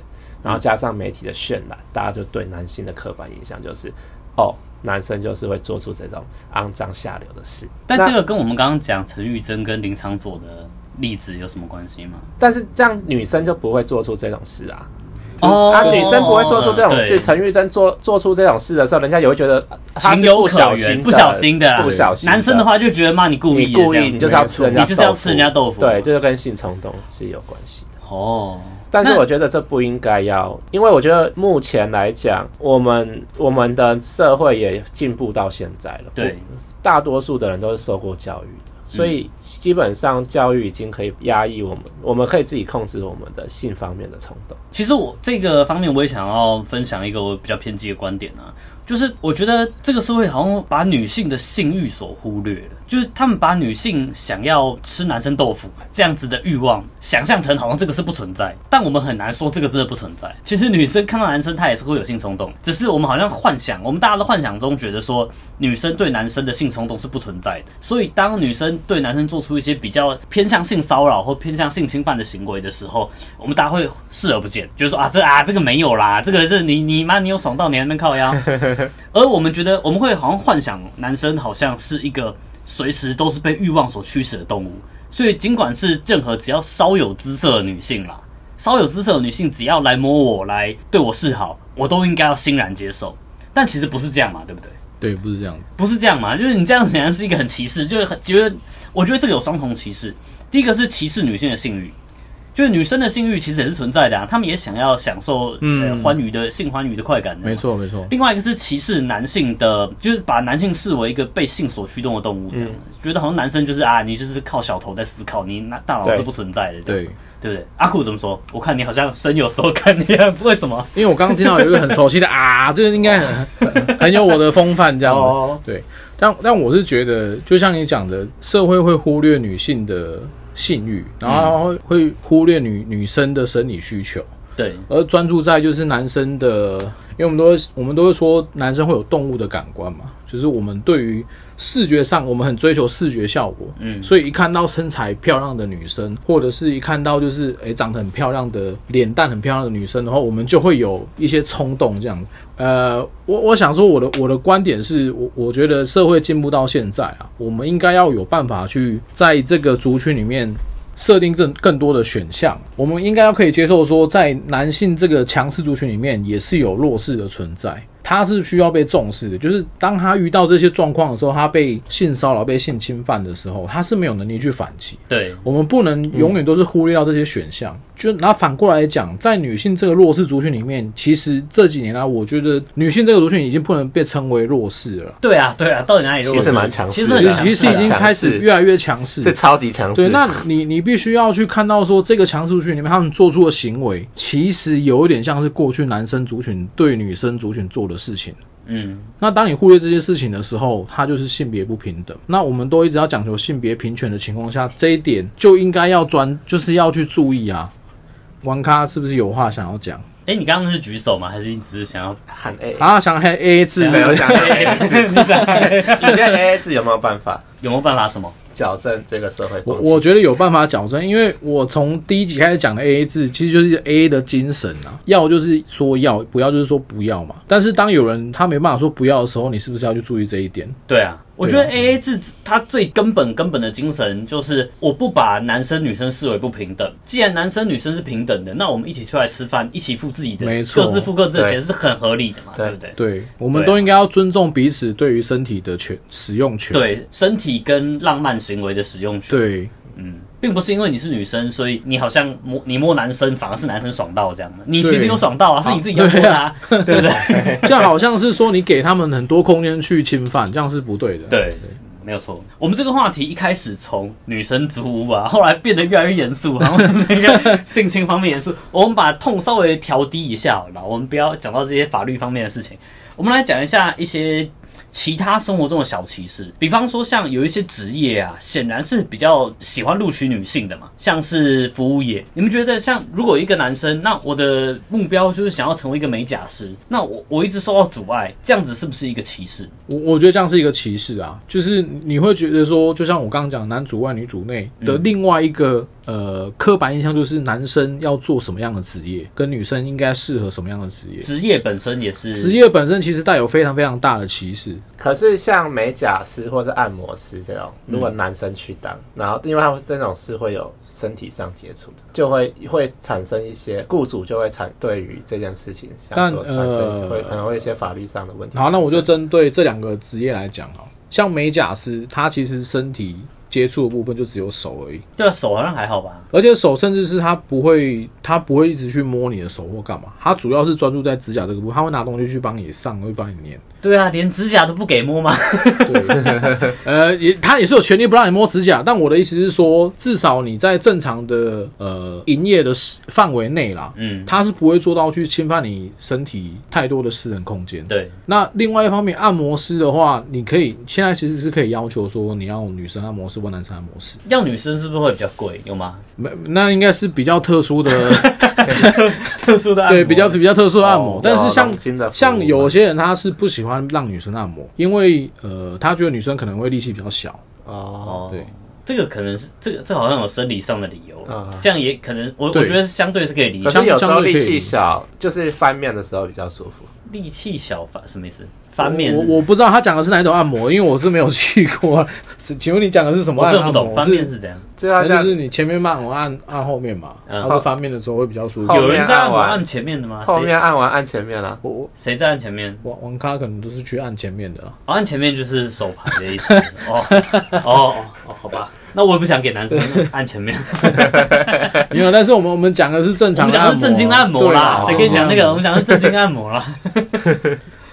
[SPEAKER 1] 嗯
[SPEAKER 2] 然后加上媒体的渲染，大家就对男性的刻板印象就是，哦，男生就是会做出这种肮脏下流的事。
[SPEAKER 1] 但
[SPEAKER 2] 那
[SPEAKER 1] 这个跟我们刚刚讲陈玉珍跟林长佐的例子有什么关系吗？
[SPEAKER 2] 但是这样女生就不会做出这种事啊。
[SPEAKER 1] 哦
[SPEAKER 2] 啊，女生不会做出这种事。
[SPEAKER 1] 对
[SPEAKER 2] 陈玉珍做做出这种事的时候，人家也会觉得啊她
[SPEAKER 1] 情
[SPEAKER 2] 是
[SPEAKER 1] 有
[SPEAKER 2] 不
[SPEAKER 1] 可
[SPEAKER 2] 小
[SPEAKER 1] 原，
[SPEAKER 2] 心，
[SPEAKER 1] 不小心的啦，啊
[SPEAKER 2] 不小心。
[SPEAKER 1] 男生的，话就觉得骂你故意
[SPEAKER 2] 你
[SPEAKER 1] 的，
[SPEAKER 2] 故
[SPEAKER 1] 这
[SPEAKER 2] 意，
[SPEAKER 1] 样
[SPEAKER 2] 你
[SPEAKER 1] 子
[SPEAKER 2] 就是要吃人家，
[SPEAKER 1] 你就是要吃人家豆腐，
[SPEAKER 2] 对，这就跟性冲动是有关系的。
[SPEAKER 1] 哦。
[SPEAKER 2] 但是
[SPEAKER 1] 那
[SPEAKER 2] 我觉得这不应该要，因为我觉得目前来讲，我们我们的社会也进步到现在了。
[SPEAKER 1] 对，
[SPEAKER 2] 大多数的人都是受过教育的，所以基本上教育已经可以压抑我们，我们可以自己控制我们的性方面的冲动。
[SPEAKER 1] 其实我这个方面我也想要分享一个我比较偏激的观点啊，就是我觉得这个社会好像把女性的性欲所忽略了，就是他们把女性想要吃男生豆腐这样子的欲望想象成好像这个是不存在，但我们很难说这个真的不存在。其实女生看到男生她也是会有性冲动，只是我们好像幻想，我们大家的幻想中觉得说女生对男生的性冲动是不存在的，所以当女生对男生做出一些比较偏向性骚扰或偏向性侵犯的行为的时候，我们大家会视而不见，就是说啊这啊这个没有啦，这个是你你妈你有爽到你还没靠腰，而我们觉得我们会好像幻想男生好像是一个随时都是被欲望所驱使的动物，所以尽管是任何只要稍有姿色的女性啦，稍有姿色的女性只要来摸我来对我示好，我都应该要欣然接受。但其实不是这样嘛，对不对？
[SPEAKER 3] 对，不是这样子。
[SPEAKER 1] 不是这样嘛，就是你这样显然是一个很歧视，就是很觉得，我觉得这个有双重歧视。第一个是歧视女性的性欲，就是女生的性欲其实也是存在的啊，她们也想要享受呃
[SPEAKER 3] 嗯
[SPEAKER 1] 欢愉的性欢愉的快感的嘛
[SPEAKER 3] 没错，没错。
[SPEAKER 1] 另外一个是歧视男性的，就是把男性视为一个被性所驱动的动物，这样、觉得好像男生就是啊，你就是靠小头在思考，你那大脑是
[SPEAKER 2] 对
[SPEAKER 1] 不存在的，
[SPEAKER 3] 对，
[SPEAKER 1] 对不对？阿酷怎么说？我看你好像深有所感的样子， 为什么？
[SPEAKER 3] 因为我刚刚听到有一个很熟悉的啊，这个应该很很很有我的风范这样子。
[SPEAKER 1] 哦，
[SPEAKER 3] 对，但但我是觉得，就像你讲的，社会会忽略女性的性欲，然后会会忽略女女生的生理需求。
[SPEAKER 1] 对，
[SPEAKER 3] 而专注在就是男生的，因为我们都会我们都会说男生会有动物的感官嘛，就是我们对于视觉上我们很追求视觉效果，
[SPEAKER 1] 嗯
[SPEAKER 3] 所以一看到身材漂亮的女生，或者是一看到就是诶、长得很漂亮的脸蛋很漂亮的女生的话，我们就会有一些冲动这样。呃，我我想说我的我的观点是我我觉得社会进步到现在啊，我们应该要有办法去在这个族群里面设定更更多的选项，我们应该要可以接受说，在男性这个强势族群里面，也是有弱势的存在，他是需要被重视的。就是当他遇到这些状况的时候，他被性骚扰、被性侵犯的时候，他是没有能力去反击。
[SPEAKER 1] 对，
[SPEAKER 3] 我们不能永远都是忽略到这些选项。就拿反过来讲，在女性这个弱势族群里面，其实这几年来、我觉得女性这个族群已经不能被称为弱势了，
[SPEAKER 1] 对啊，对啊，到底哪里弱势？
[SPEAKER 2] 其实蛮强势
[SPEAKER 1] 其
[SPEAKER 2] 的
[SPEAKER 1] 实很
[SPEAKER 3] 其
[SPEAKER 1] 强势
[SPEAKER 3] 实
[SPEAKER 1] 啊
[SPEAKER 3] 其实已经
[SPEAKER 2] 强势
[SPEAKER 3] 开始越来越强势。
[SPEAKER 2] 这超级强势。
[SPEAKER 3] 嗯对，那你你必须要去看到说，这个强势族群里面他们做出的行为，其实有一点像是过去男生族群对女生族群做的事情。
[SPEAKER 1] 嗯，
[SPEAKER 3] 那当你忽略这些事情的时候，它就是性别不平等。那我们都一直要讲求性别平权的情况下，这一点就应该要专，就是要去注意啊。王咖是不是有话想要讲
[SPEAKER 1] 哎，你刚刚是举手吗？还是你只是想要？
[SPEAKER 2] 喊 A，
[SPEAKER 3] 啊？想黑 A 字是不
[SPEAKER 2] 没
[SPEAKER 3] 是
[SPEAKER 2] 有想 A，
[SPEAKER 1] 你想
[SPEAKER 2] 你这 A 字有没有办法
[SPEAKER 1] 有没有办法什么？
[SPEAKER 2] 矫正这个社会
[SPEAKER 3] 我
[SPEAKER 2] 风气？
[SPEAKER 3] 我觉得有办法矫正，因为我从第一集开始讲的 A A 制，其实就是 A A 的精神啊，要就是说要，不要就是说不要嘛。但是当有人他没办法说不要的时候，你是不是要去注意这一点？
[SPEAKER 1] 对啊，我觉得 A A 制它最根本根本的精神就是，我不把男生女生视为不平等。既然男生女生是平等的，那我们一起出来吃饭，一起付自己的，
[SPEAKER 3] 没错
[SPEAKER 1] 各自付各自的钱
[SPEAKER 2] 对
[SPEAKER 1] 是很合理的嘛，对
[SPEAKER 2] 对
[SPEAKER 1] 不对？
[SPEAKER 3] 对，我们
[SPEAKER 1] 对啊
[SPEAKER 3] 都应该要尊重彼此对于身体的权使用权。
[SPEAKER 1] 对，身体跟浪漫行为的使用权，
[SPEAKER 3] 对
[SPEAKER 1] 嗯，并不是因为你是女生，所以你好像摸你摸男生，反而是男生爽到这样的。你其实有爽到啊，是你自己要摸的啊，对不 对？
[SPEAKER 3] 这样好像是说你给他们很多空间去侵犯，这样是不对的。，
[SPEAKER 1] 对，没有错。我们这个话题一开始从女生租屋啊，后来变得越来越严肃，然后那个性侵方面严肃，我们把痛稍微调低一下好了，我们不要讲到这些法律方面的事情。我们来讲一下一些其他生活中的小歧视，比方说像有一些职业啊，显然是比较喜欢录取女性的嘛，像是服务业。你们觉得像如果一个男生，那我的目标就是想要成为一个美甲师，那我我一直受到阻碍，这样子是不是一个歧视？
[SPEAKER 3] 我我觉得这样是一个歧视啊，就是你会觉得说，就像我刚刚讲男主外女主内的另外一个、呃刻板印象，就是男生要做什么样的职业，跟女生应该适合什么样的职业。
[SPEAKER 1] 职业本身也是
[SPEAKER 3] 职业本身其实带有非常非常大的歧视，
[SPEAKER 2] 可是像美甲师或是按摩师这种，如果男生去当，然后因为他们那种是会有身体上接触的，就会会产生一些雇主就会产对于这件事情，
[SPEAKER 3] 但
[SPEAKER 2] 想说产生一些
[SPEAKER 3] 呃
[SPEAKER 2] 会可能会有一些法律上的问题。
[SPEAKER 3] 好，那我就针对这两个职业来讲哦，像美甲师，他其实身体接触的部分就只有手而已，
[SPEAKER 1] 对啊，手好像还好吧？
[SPEAKER 3] 而且手甚至是他不会，他不会一直去摸你的手或干嘛，他主要是专注在指甲这个部分，他会拿东西去帮你上，会帮你粘。
[SPEAKER 1] 对啊，连指甲都不给摸吗？
[SPEAKER 3] 对， 呃，也他也是有权利不让你摸指甲，但我的意思是说，至少你在正常的呃营业的范围内啦，
[SPEAKER 1] 嗯，
[SPEAKER 3] 他是不会做到去侵犯你身体太多的私人空间。
[SPEAKER 1] 对，
[SPEAKER 3] 那另外一方面，按摩师的话，你可以现在其实是可以要求说你要女生按摩师或男生按摩师，
[SPEAKER 1] 要女生是不是会比较贵？有 吗？
[SPEAKER 3] 没那应该是比较 特殊的，
[SPEAKER 1] 特殊的按摩
[SPEAKER 3] 对比较比较特殊的按摩。
[SPEAKER 2] 哦
[SPEAKER 3] 但是像
[SPEAKER 2] 有啊龙筋的服务
[SPEAKER 3] 像
[SPEAKER 2] 嘛
[SPEAKER 3] 有些人他是不喜欢让女生按摩，因为呃他觉得女生可能会力气比较小，
[SPEAKER 2] 哦，
[SPEAKER 1] 哦，
[SPEAKER 3] 对。
[SPEAKER 1] 这个可能是这个，这好像有生理上的理由，
[SPEAKER 2] 啊
[SPEAKER 1] 这样也可能我我
[SPEAKER 3] 对
[SPEAKER 1] 觉得相对是可以理
[SPEAKER 2] 可
[SPEAKER 1] 解。
[SPEAKER 2] 是有时候
[SPEAKER 3] 相对
[SPEAKER 2] 力
[SPEAKER 3] 可以
[SPEAKER 2] 气小，就是翻面的时候比较舒服。
[SPEAKER 1] 力气小反什么意思？翻面
[SPEAKER 3] 我我我不知道他讲的是哪一种按摩，因为我是没有去过。 是请问你讲的是什么
[SPEAKER 1] 我
[SPEAKER 3] 按
[SPEAKER 1] 真的
[SPEAKER 3] 按
[SPEAKER 1] 不
[SPEAKER 3] 摩？
[SPEAKER 1] 懂，翻面是怎样？
[SPEAKER 2] 就要
[SPEAKER 3] 那
[SPEAKER 2] 这
[SPEAKER 3] 就
[SPEAKER 2] 样
[SPEAKER 3] 是你前面按，我按按后面嘛，
[SPEAKER 1] 嗯
[SPEAKER 3] 然后翻面的时候会比较舒服
[SPEAKER 2] 后。
[SPEAKER 1] 有人在按
[SPEAKER 2] 按
[SPEAKER 1] 摩
[SPEAKER 2] 完
[SPEAKER 1] 按前面的吗？
[SPEAKER 2] 后
[SPEAKER 1] 谁
[SPEAKER 2] 面按完按前面啊啦、
[SPEAKER 3] 我我
[SPEAKER 1] 谁在按前面？
[SPEAKER 3] 王王咖可能都是去按前面的啦。
[SPEAKER 1] 哦按前面就是手牌的意 思。哦哦哦哦，好吧，那我也不想给男生按前 面。
[SPEAKER 3] 没有，但是我们我们讲的是正
[SPEAKER 1] 我
[SPEAKER 3] 常
[SPEAKER 1] 们
[SPEAKER 3] 的
[SPEAKER 1] 讲
[SPEAKER 3] 按
[SPEAKER 1] 的
[SPEAKER 3] 摩，
[SPEAKER 1] 是正经的按摩
[SPEAKER 3] 对
[SPEAKER 1] 啦
[SPEAKER 3] 啊，
[SPEAKER 1] 谁跟你讲那
[SPEAKER 3] 正经
[SPEAKER 1] 个？
[SPEAKER 3] 按
[SPEAKER 1] 我
[SPEAKER 3] 摩
[SPEAKER 1] 们讲的是正经按摩啦。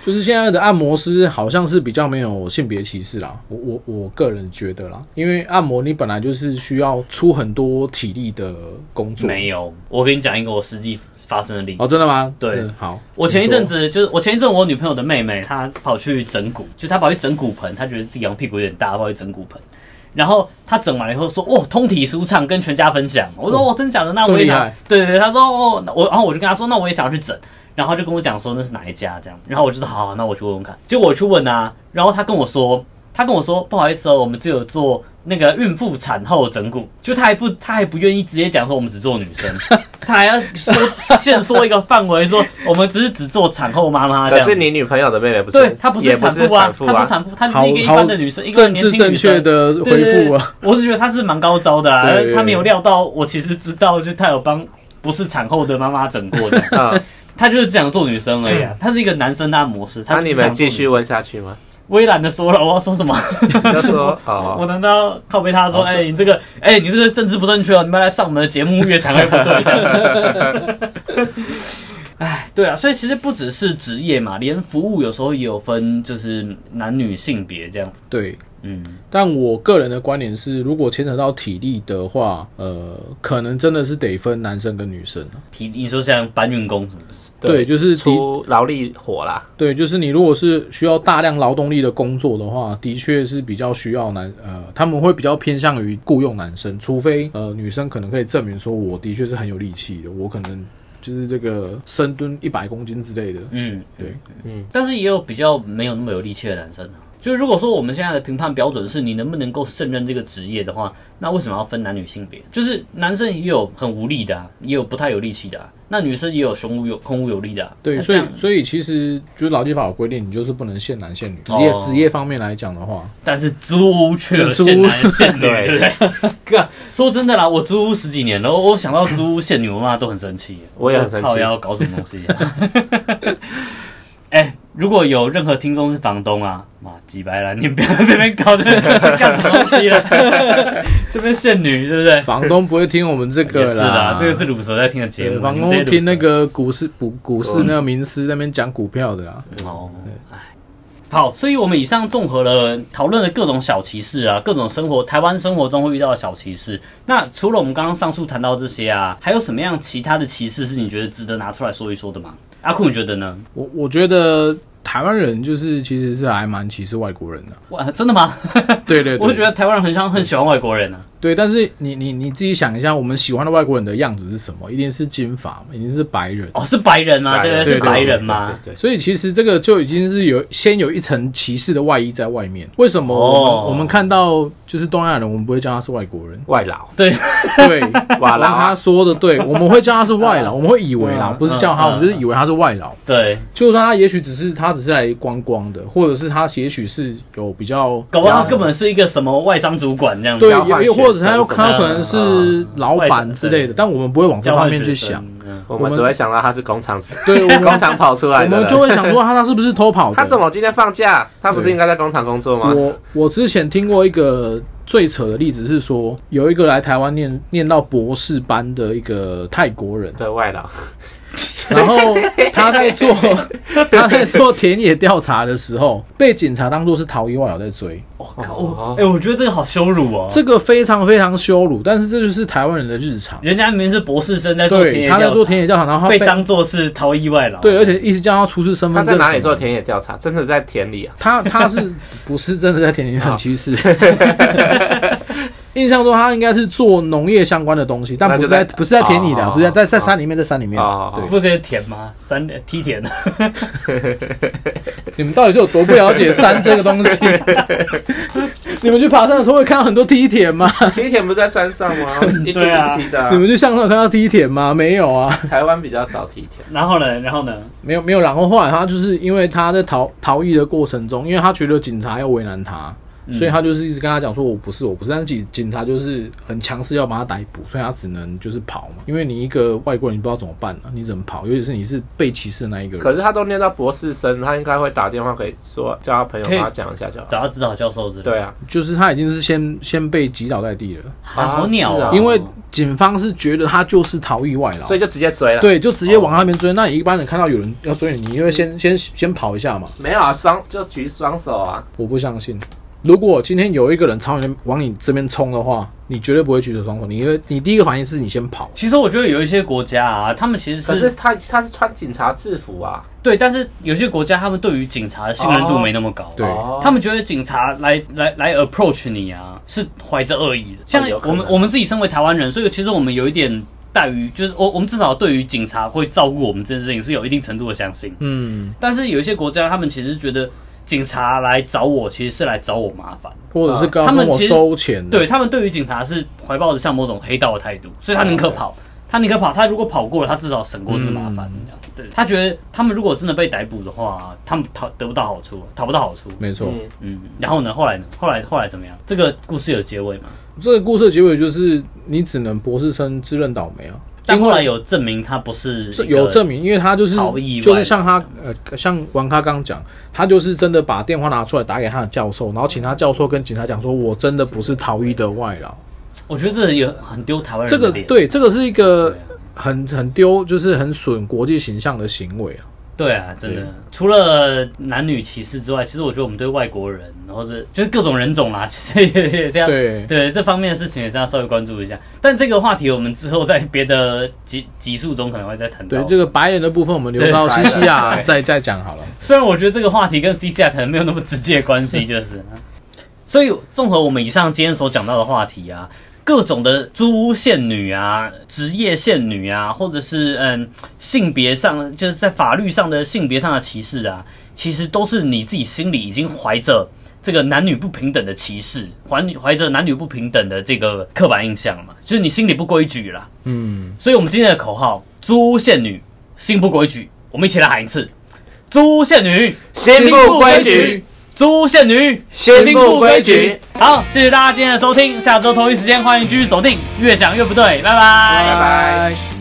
[SPEAKER 3] 就是现在的按摩师好像是比较没有性别歧视啦，我我我个人觉得啦，因为按摩你本来就是需要出很多体力的工作。
[SPEAKER 1] 没有，我给你讲一个我实际发生的例子。
[SPEAKER 3] 哦，真的吗？
[SPEAKER 1] 对
[SPEAKER 3] 嗯好，
[SPEAKER 1] 我前一阵
[SPEAKER 3] 子。
[SPEAKER 1] 子就是我前一阵我女朋友的妹妹，她跑去整骨，就她跑去整骨盆，她觉得自己羊屁股有点大，跑去整骨盆。然后她整完了以后说：“哦，通体舒畅，跟全家分享。”我说：“哦，真假的？那
[SPEAKER 3] 这么
[SPEAKER 1] 我也
[SPEAKER 3] 厉
[SPEAKER 1] 想
[SPEAKER 3] 害。”
[SPEAKER 1] 对对对，她说：“哦，那我。”然后我就跟她说：“那我也想要去整。”然后她就跟我讲说那是哪一家这样。然后我就说：“好、那我去问问看。”结果我去问啊，然后她跟我说。她跟我说：“不好意思哦，我们只有做那个孕妇产后整骨，就她还不，她还不愿意直接讲说我们只做女 生，他还要说限缩一个范围，说我们只是只做产后妈妈这
[SPEAKER 2] 可
[SPEAKER 1] 样
[SPEAKER 2] 是。你女朋友的妹妹不是，
[SPEAKER 1] 对，她不
[SPEAKER 2] 也
[SPEAKER 1] 是
[SPEAKER 2] 不
[SPEAKER 1] 产
[SPEAKER 2] 是
[SPEAKER 1] 妇啊，
[SPEAKER 2] 产
[SPEAKER 1] 她不
[SPEAKER 2] 妇
[SPEAKER 1] 是
[SPEAKER 2] 啊，，
[SPEAKER 1] 产妇，她就是一个一
[SPEAKER 3] 好
[SPEAKER 1] 般的女生，一个
[SPEAKER 3] 政
[SPEAKER 1] 年
[SPEAKER 3] 治
[SPEAKER 1] 轻女
[SPEAKER 3] 正确
[SPEAKER 1] 生。
[SPEAKER 3] 的
[SPEAKER 1] 对对
[SPEAKER 3] 回复啊，
[SPEAKER 1] 对我是觉得她是蛮高招的啦
[SPEAKER 3] 对，
[SPEAKER 1] 她没有料到我其实知道，就她有帮不是产后的妈妈整过 的
[SPEAKER 2] 啊，
[SPEAKER 1] 她就是只想做女生而已啊，她是一个男生的按摩师。她
[SPEAKER 2] 那
[SPEAKER 1] 只
[SPEAKER 2] 你
[SPEAKER 1] 想
[SPEAKER 2] 们
[SPEAKER 1] 做女
[SPEAKER 2] 继续
[SPEAKER 1] 生，
[SPEAKER 2] 问下去吗？
[SPEAKER 1] 微懒的说了，我要说什么？
[SPEAKER 2] 就说
[SPEAKER 1] 我
[SPEAKER 2] 哦，
[SPEAKER 1] 难道靠背他说，
[SPEAKER 3] 啊好
[SPEAKER 1] 哎、
[SPEAKER 3] 这
[SPEAKER 1] 你这个，哎、你这个政治不正确哦，你们来上我们的节目，越想越不对。这 样哎，对啊，所以其实不只是职业嘛，连服务有时候也有分，就是男女性别这样子。
[SPEAKER 3] 对，
[SPEAKER 1] 嗯，
[SPEAKER 3] 但我个人的观点是，如果牵扯到体力的话，呃，可能真的是得分男生跟女生。啊
[SPEAKER 1] 体你说像搬运工什么的，
[SPEAKER 3] 对，就是体，
[SPEAKER 2] 出劳力活啦，
[SPEAKER 3] 对，就是你如果是需要大量劳动力的工作的话，的确是比较需要男，呃，他们会比较偏向于雇佣男生，除非呃女生可能可以证明说，我的确是很有力气的，我可能就是这个深蹲一百公斤之类的。
[SPEAKER 1] 嗯，
[SPEAKER 3] 对，
[SPEAKER 2] 嗯，
[SPEAKER 1] 但是也有比较没有那么有力气的男生啊。就是如果说我们现在的评判标准是你能不能够胜任这个职业的话，那为什么要分男女性别？就是男生也有很无力的、啊，也有不太有力气的、啊，那女生也有胸无有空无有力的、啊。
[SPEAKER 3] 对，
[SPEAKER 1] 那
[SPEAKER 3] 所
[SPEAKER 1] 这
[SPEAKER 3] 以
[SPEAKER 1] 样
[SPEAKER 3] 所以其实就是劳基法有规定，你就是不能限男限女。职业
[SPEAKER 1] 哦
[SPEAKER 3] 职业方面来讲的话，
[SPEAKER 1] 但是租却有限男限女，
[SPEAKER 2] 租
[SPEAKER 1] 对不对？ 哥，说真的啦，我租屋十几年了，我我想到租屋限女，我妈都很生气。
[SPEAKER 2] 我也很生气
[SPEAKER 1] 靠要搞什么东西、啊？ 哎、如果有任何听众是房东啊，妈几百了，你不要在这边搞这干什么东西了？这边限女，对不对？
[SPEAKER 3] 房东不会听我们这个
[SPEAKER 1] 也
[SPEAKER 3] 啦。
[SPEAKER 1] 是啦，这个是鲁蛇在听的节
[SPEAKER 3] 对
[SPEAKER 1] 目，啊
[SPEAKER 3] 房
[SPEAKER 1] 你
[SPEAKER 3] 东
[SPEAKER 1] 们这些
[SPEAKER 3] 听那
[SPEAKER 1] 鲁蛇
[SPEAKER 3] 个股市股股市那个名师那边讲股票的啦。
[SPEAKER 1] 哦，哎，好，所以我们以上综合了讨论了各种小歧视啊，各种生活台湾生活中会遇到的小歧视。那除了我们刚刚上述谈到这些啊，还有什么样其他的歧视是你觉得值得拿出来说一说的吗？阿酷，你觉得呢？
[SPEAKER 3] 我我觉得台湾人就是其实是还蛮歧视外国人的，
[SPEAKER 1] 哇，真的吗？
[SPEAKER 3] 对对对，
[SPEAKER 1] 我就觉得台湾人很像很喜欢外国人啊。
[SPEAKER 3] 对，但是你你你自己想一下，我们喜欢的外国人的样子是什么？一定是金发嘛，一定是白人。
[SPEAKER 1] 哦，是白人吗？对
[SPEAKER 2] 人
[SPEAKER 1] 是
[SPEAKER 3] 啊对对
[SPEAKER 1] 白人吗？
[SPEAKER 2] 对对对？
[SPEAKER 3] 所以其实这个就已经是有先有一层歧视的外衣在外面。为什么
[SPEAKER 1] 哦
[SPEAKER 3] 我们、我们看到就是东亚人，我们不会叫他是外 国人
[SPEAKER 2] 外劳，
[SPEAKER 1] 对，
[SPEAKER 3] 对，
[SPEAKER 2] 瓦
[SPEAKER 3] 然后他
[SPEAKER 2] 拉，
[SPEAKER 3] 说的对，我们会叫他是外 劳，我们会以为啦，
[SPEAKER 2] 嗯
[SPEAKER 3] 不是叫他，
[SPEAKER 1] 啊嗯
[SPEAKER 3] 我们就是以为他是外劳。
[SPEAKER 1] 对，
[SPEAKER 3] 就算他也许只是他只是来观光的，或者是他也许是有比较
[SPEAKER 1] 搞不好他根本是一个什么外商主管这样子。
[SPEAKER 3] 对，
[SPEAKER 2] 交换
[SPEAKER 3] 也
[SPEAKER 2] 学
[SPEAKER 3] 或者他
[SPEAKER 2] 生啊
[SPEAKER 3] 有
[SPEAKER 2] 什
[SPEAKER 3] 他
[SPEAKER 2] 么
[SPEAKER 3] 可能
[SPEAKER 1] 的
[SPEAKER 3] 是老
[SPEAKER 1] 外
[SPEAKER 3] 板
[SPEAKER 1] 省
[SPEAKER 3] 之类的，
[SPEAKER 1] 对
[SPEAKER 3] 但我们不会往这
[SPEAKER 1] 交
[SPEAKER 3] 方
[SPEAKER 1] 换
[SPEAKER 3] 面
[SPEAKER 1] 学
[SPEAKER 3] 去
[SPEAKER 1] 生
[SPEAKER 3] 想。，
[SPEAKER 1] 嗯
[SPEAKER 2] 我
[SPEAKER 3] 我
[SPEAKER 2] 们
[SPEAKER 3] 们
[SPEAKER 2] 只会想到他是工厂，
[SPEAKER 3] 对我们
[SPEAKER 2] 工厂跑出来
[SPEAKER 3] 我
[SPEAKER 2] 的
[SPEAKER 3] 们
[SPEAKER 2] 人，
[SPEAKER 3] 就会想说他他是不是偷跑的？
[SPEAKER 2] 他怎么今天放假？他不是
[SPEAKER 3] 对
[SPEAKER 2] 应该在工厂工作吗？
[SPEAKER 3] 我我之前听过一个最扯的例子是说，有一个来台湾念念到博士班的一个泰 国人，
[SPEAKER 2] 对外劳，
[SPEAKER 3] 然后他在做 他在做田野调查的时候，被警察当作是逃逸外劳在追，
[SPEAKER 1] 我靠，
[SPEAKER 2] 哦
[SPEAKER 1] 我哎，我觉得这个好羞辱哦。
[SPEAKER 3] 这个非常非常羞辱，但是这就是台湾人的日常。
[SPEAKER 1] 人家明明是博士生在做田
[SPEAKER 3] 对，
[SPEAKER 1] 野
[SPEAKER 3] 他在
[SPEAKER 1] 调
[SPEAKER 3] 做
[SPEAKER 1] 查
[SPEAKER 3] 田野调查，然后他
[SPEAKER 1] 被当做是逃逸外劳。
[SPEAKER 3] 对，而且一直叫他出示身
[SPEAKER 2] 他
[SPEAKER 3] 份证。
[SPEAKER 2] 在哪里做？田野调查？真的在田里啊？
[SPEAKER 3] 他 他是不是真的在田里很歧视？印象中他应该是做农业相关的东西，但
[SPEAKER 2] 那
[SPEAKER 3] 不
[SPEAKER 2] 就是
[SPEAKER 3] 在
[SPEAKER 2] 在
[SPEAKER 3] 不是在田里的，
[SPEAKER 2] 哦
[SPEAKER 3] 不是在在在
[SPEAKER 2] 哦
[SPEAKER 3] 山里面，在山里面
[SPEAKER 2] 哦。
[SPEAKER 3] 对，
[SPEAKER 1] 不就是田吗？呃山梯田。
[SPEAKER 3] 你们到底是有多不了解山这个东西？ 你们去爬山的时候会看到很多梯田吗？
[SPEAKER 2] 梯哦田不是在山上 吗？一梯
[SPEAKER 1] 对啊
[SPEAKER 2] 一梯的啊
[SPEAKER 3] 你，们去向上有看到梯田吗？没有啊，
[SPEAKER 2] 台湾比较少梯田，
[SPEAKER 1] 然后呢？然后呢？
[SPEAKER 3] 没有没有。然后后来他就是因为他在逃逃逸的过程中，因为他觉得警察要为难他，
[SPEAKER 1] 嗯
[SPEAKER 3] 所以他就是一直跟他讲说我不是我不是，但是警警察就是很强势要把他逮捕，所以他只能就是跑嘛，因为你一个外国人你不知道怎么办啊，你只能跑，尤其是你是被歧视的那一个
[SPEAKER 2] 可
[SPEAKER 3] 人。
[SPEAKER 2] 是他都念到博士生，他应该会打电话给说叫他朋友
[SPEAKER 1] 可以
[SPEAKER 2] 帮他讲一下就好。
[SPEAKER 1] 找到指导教授之类的。
[SPEAKER 2] 对啊，
[SPEAKER 3] 就是他已经是先先被击倒在地了，
[SPEAKER 1] 啊，好鸟
[SPEAKER 2] 是
[SPEAKER 1] 哦
[SPEAKER 2] 啊！
[SPEAKER 3] 因为警方是觉得他就是逃逸外劳
[SPEAKER 2] 所，以就直接追了。，
[SPEAKER 3] 对，就直接往他那边追。那你一般人看到有人要追你，你会先先先跑一下嘛？
[SPEAKER 2] 没有啊，双就举双手啊，
[SPEAKER 3] 我不相信，如果今天有一个人朝你往你这边冲的话，你绝对不会举着双手，你会你第一个反应是你先跑。
[SPEAKER 1] 其实我觉得有一些国家啊，他们其实
[SPEAKER 2] 可
[SPEAKER 1] 是
[SPEAKER 2] 是他他是穿警察制服啊，
[SPEAKER 1] 对，但是有些国家他们对于警察的信任度
[SPEAKER 2] 哦
[SPEAKER 1] 没那么高。
[SPEAKER 3] 对
[SPEAKER 2] 哦
[SPEAKER 1] 他们觉得警察来来来 approach 你啊，是怀着恶意的。像
[SPEAKER 2] 有可
[SPEAKER 1] 我们
[SPEAKER 2] 能
[SPEAKER 1] 我们自己身为台湾人，所以其实我们有一点待于，就是我我们至少对于警察会照顾我们这件事情是有一定程度的相信。
[SPEAKER 3] 嗯，
[SPEAKER 1] 但是有一些国家，他们其实觉得警察来找我，其实是来找我麻烦。
[SPEAKER 3] 或者是刚
[SPEAKER 1] 啊他
[SPEAKER 3] 刚
[SPEAKER 1] 们
[SPEAKER 3] 跟我
[SPEAKER 1] 其实
[SPEAKER 3] 收钱的，
[SPEAKER 1] 对他们对于警察是怀抱着像某种黑道的态度，所以他宁可跑，
[SPEAKER 3] 嗯
[SPEAKER 1] 他宁可跑，他如果跑过了，他至少省过这个麻烦。这样，
[SPEAKER 3] 嗯
[SPEAKER 1] 对他觉得他们如果真的被逮捕的话，他们讨得不到好处，讨不到好处。
[SPEAKER 3] 没错。
[SPEAKER 2] 嗯，
[SPEAKER 1] 嗯，然后呢？后来呢？后来后来怎么样？这个故事有结尾吗？
[SPEAKER 3] 这个故事的结尾就是你只能博士生自认倒霉啊。
[SPEAKER 1] 但
[SPEAKER 3] 因
[SPEAKER 1] 后
[SPEAKER 3] 为
[SPEAKER 1] 来有证明他不是
[SPEAKER 3] 这有证
[SPEAKER 1] 明，
[SPEAKER 3] 明，因为他就是
[SPEAKER 1] 逃逸外
[SPEAKER 3] 就是像他呃像王咖刚讲，他就是真的把电话拿出来打给他的教授，然后请他教授跟警察讲说，我真的不是逃逸的外劳。
[SPEAKER 1] 我觉得这也很丢台湾人
[SPEAKER 3] 这
[SPEAKER 1] 的
[SPEAKER 3] 个
[SPEAKER 1] 脸。
[SPEAKER 3] 对，这个是一个
[SPEAKER 1] 对啊
[SPEAKER 3] 很很丢，就是很损国际形象的行为啊。
[SPEAKER 1] 对啊，真的
[SPEAKER 3] 对，
[SPEAKER 1] 除了男女歧视之外，其实我觉得我们对外国人，或者就是各种人种啦， 其实也也是要
[SPEAKER 3] 对
[SPEAKER 1] 对这方面的事情也是要稍微关注一下。但这个话题我们之后在别的集集数中可能会再谈到。
[SPEAKER 3] 对，这个白人的部分我们留
[SPEAKER 1] 对
[SPEAKER 3] 到西西
[SPEAKER 2] 白
[SPEAKER 3] 亚
[SPEAKER 2] 人
[SPEAKER 3] 再再讲好了。
[SPEAKER 1] 虽然我觉得这个话题跟 C C R 可能没有那么直接的关系，就是了。所以综合我们以上今天所讲到的话题啊，各种的租屋限女啊、职业限女啊，或者是嗯性别上，就是在法律上的性别上的歧视啊，其实都是你自己心里已经怀着。这个男女不平等的歧视，怀怀着男女不平等的这个刻板印象嘛，就是你心里不规矩啦。
[SPEAKER 3] 嗯，
[SPEAKER 1] 所以我们今天的口号：租屋限女，心不规矩。我们一起来喊一次：租屋限女，
[SPEAKER 2] 心不规矩。
[SPEAKER 1] 租屋限女，
[SPEAKER 2] 心不规矩。
[SPEAKER 1] 好，谢谢大家今天的收听，下周同一时间欢迎继续锁定《越想越不对》，拜拜
[SPEAKER 2] 拜拜。